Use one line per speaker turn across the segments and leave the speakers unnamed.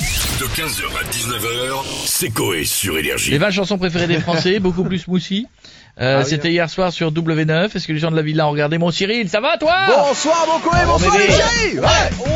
De 15h à 19h, c'est Coé sur Énergie.
Les 20 chansons préférées des Français, beaucoup plus moussi.
Ah
Euh,
hein.
C'était hier soir sur W9. Est-ce que les gens de la ville ont regardé Mon Cyril, ça va toi
Bonsoir mon coé, bonsoir
bébé.
les chéris ouais, ouais,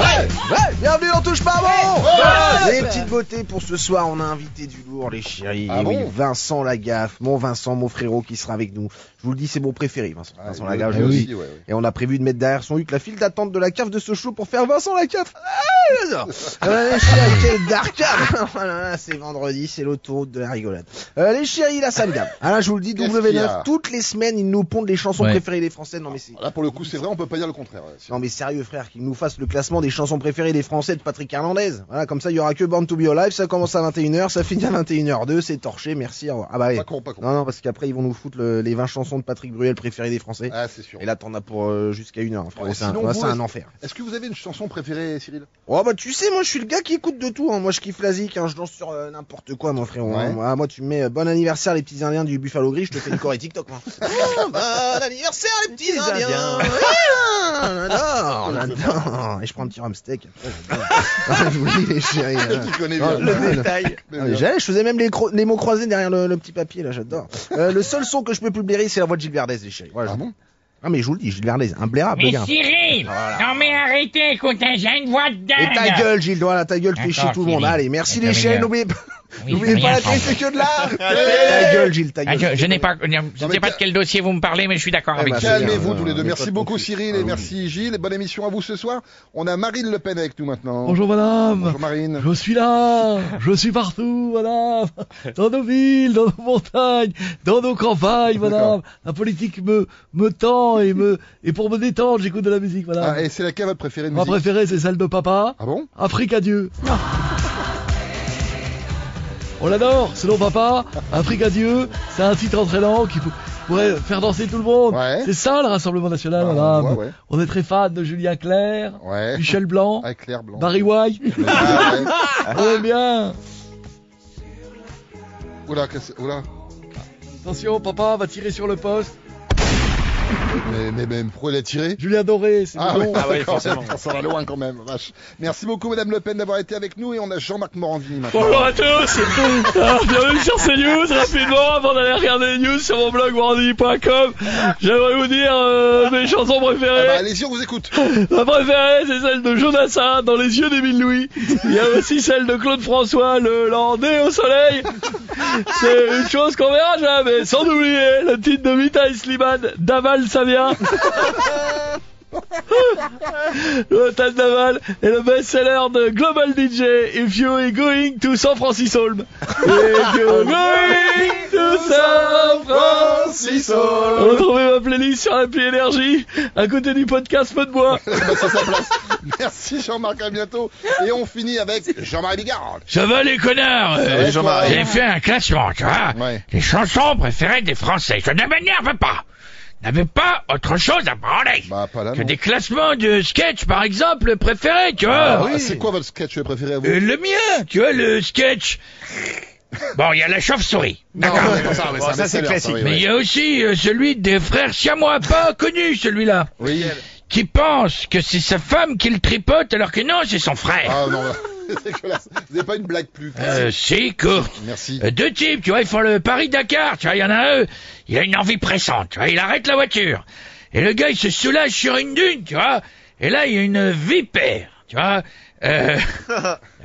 ouais, ouais. Bienvenue dans Touche pas bon Les petites beautés pour ce soir, on a invité du lourd les chéris. Et oui, Vincent Lagaffe, mon Vincent, mon frérot qui sera avec nous. Je vous le dis, c'est mon préféré, Vincent,
Ah,
Vincent Lagaffe. je Ah, le dis. Et on a prévu de mettre derrière son huc la file d'attente de la cave de ce show pour faire Vincent Lagaffe. Ah, j'adore. Euh, les chéris, quel d'arcade Voilà, là, C'est vendredi, c'est l'autoroute de la rigolade. Euh, les chéris, là ça me gamme. Ah là, je vous le dis,
Qu'est-ce qu'il y a
W9, toutes les semaines, ils nous pondent les chansons
Ouais.
préférées des Français. Non mais c'est...
Ah, Là, pour le coup, c'est vrai, on peut pas dire le contraire. ouais.
Non mais sérieux frère, qu'il nous fasse le classement des chansons préférées des Français de Patrick Hernandez. Voilà, comme ça il y aura que Born to Be Alive, ça commence à 21h, ça finit à 21h02, c'est torché, merci. au revoir. Ah bah oui.
Pas con, pas con.
Non non, parce qu'après ils vont nous foutre le- les 20 chansons de Patrick Bruel préférées des Français.
Ah, c'est sûr.
Et là t'en as pour euh, jusqu'à une heure, hein, frère.
Ouais,
c'est un,
sinon,
ouais,
vous,
c'est un
est-ce-
enfer.
Est-ce que vous avez une chanson préférée, Cyril
Oh bah tu sais, moi je suis le gars qui écoute de tout. hein. Moi je kiffe la zik, hein. je danse sur euh, n'importe quoi, mon frérot. hein.
Ouais.
Moi, moi, tu me mets euh, bon anniversaire les petits Indiens du Buffalo Gris, je te fais le et TikTok. Moi. Oh, bon anniversaire les petits Indiens. Ouais, J'adore, j'adore. Et je prends un petit rhum steak. après, j'adore. Ah, je vous le dis, les chéris. hein.
Tu connais
Oh,
bien.
le
détail.
Mais
Ah, mais
bien.
j'allais, je faisais même les, cro- les mots croisés derrière le, le petit papier là, j'adore. Euh, le seul son que je peux publier, c'est la voix de Gilles Verdez, les chéris. Voilà,
Ah
je-
bon
Ah mais je vous le dis, Gilles Verdez, un blairable, le
Mais
gars.
Cyril
Ah,
Non mais arrêtez, écoutez, j'ai une voix de dingue
Et ta gueule, Gilles, voilà, ta gueule, tu fais chier
D'accord,
tout le monde.
Thierry.
Allez, merci
Et
les
ta
chéris,
gueule.
n'oubliez pas,
Oui,
n'oubliez
rien,
pas la
Franck.
télé, c'est que de là. Ta gueule, Gilles, ta
Ah,
gueule.
je, je n'ai pas, je ne sais pas de quel dossier vous me parlez, mais je suis d'accord avec
bah,
vous.
c'est bien,
Calmez-vous
voilà,
tous les deux.
mets-toi
Merci
ton
beaucoup,
cul.
Cyril,
Ah
et
oui.
merci, Gilles. Et bonne émission à vous ce soir. On a Marine Le Pen avec nous maintenant.
Bonjour madame
Bonjour, Marine.
Je suis là, je suis partout, madame, dans nos villes, dans nos montagnes, dans nos campagnes, madame. La politique me me tend et me et pour me détendre, j'écoute de la musique, madame.
Ah, et c'est laquelle votre préférée de
Ma
musique
préférée, c'est celle de papa.
Ah bon
Afrique à Dieu. On l'adore, selon papa. Afrique à Dieu, c'est un titre entraînant qui pou- pourrait faire danser tout le monde.
Ouais.
C'est ça le Rassemblement National,
Ah, on
madame.
voit, ouais.
On est très fan de Julien Clerc,
Ouais.
Michel Blanc,
Ah, Claire Blanc.
Barry White.
Ah, ouais.
On aime bien.
Oula, qu'est-ce- oula.
Attention, papa va tirer sur le poste.
Mais, mais, mais pourquoi l'a tiré
Julien Doré, c'est
Ah,
bon.
oui, d'accord, Ça va loin quand même, vache. Merci beaucoup, Madame Le Pen, d'avoir été avec nous. Et on a Jean-Marc Morandini maintenant.
Oh
Bonjour à tous Ah, Bienvenue sur CNews, rapidement, avant d'aller regarder les news sur mon blog warrandy.com, j'aimerais vous dire euh, mes chansons
Ah bah,
préférées.
allez-y, on vous écoute.
Ma préférée, c'est celle de Jonassin, dans les yeux d'Émile Louis. Il y a aussi celle de Claude François, le landais au soleil. C'est une chose qu'on verra jamais, sans oublier le titre de Vita Slimane, Daval, ça vient. L'hôtel Daval est le best-seller de Global DJ If You Are Going to San Francisco. If You're Going to San Francisco. Retrouvez ma playlist sur l'appli Énergie à côté du podcast Feu de Bois.
Merci, Jean-Marc, à bientôt. Et on finit avec Jean-Marie Bigard.
Ça va les connards euh,
Ouais, Jean-Marie.
J'ai fait un classement, tu vois
Ouais.
Les chansons préférées des Français. Je ne m'énerve pas N'avais pas autre chose à parler
Bah, pas là,
que
non.
des classements de sketch, par exemple, préférés, tu vois
Ah, C'est quoi votre sketch préféré à vous
Euh, Le mien, tu vois, le sketch... Bon, il y a la chauve-souris. D'accord.
Non, d'accord, ça, ouais, un
ça, c'est
best-seller,
classique.
oui,
Mais il
ouais.
y a aussi euh, celui des frères siamois, pas connu celui-là,
Oui.
qui pense que c'est sa femme qui le tripote alors que non, c'est son frère.
Ah non, c'est dégueulasse. Vous n'avez pas une blague plus
Euh,
Ah,
classique.
c'est court.
Merci.
Euh, Deux types, tu vois, ils font le Paris-Dakar, tu vois, il y en a un, il a une envie pressante, tu vois, il arrête la voiture. Et le gars, il se soulage sur une dune, tu vois, et là, il y a une vipère, tu vois. Euh,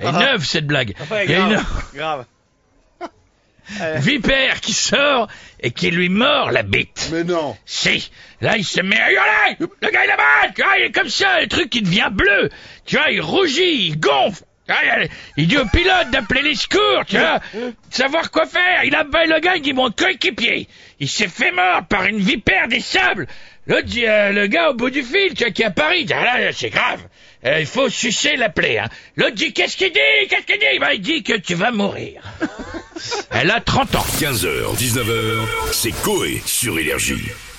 elle est neuve, cette blague. Il y a une
Grave.
vipère qui sort et qui lui mord la bite.
Mais non.
Si, là il se met à hurler Le gars il est malade, tu vois, il est comme ça, le truc il devient bleu, tu vois, il rougit, il gonfle Tu vois, il- il dit au pilote d'appeler les secours, tu vois, de savoir quoi faire. Il appelle le gars, il dit mon coéquipier, il s'est fait mort par une vipère des sables. L'autre dit, euh, le gars au bout du fil, tu vois, qui est à Paris, il dit, ah là, c'est grave, Euh, il faut sucer la plaie. Hein. L'autre dit, qu'est-ce qu'il dit, qu'est-ce qu'il dit Bah, Il dit que tu vas mourir. Elle a 30 ans.
15h, 19h, c'est Coé sur Énergie.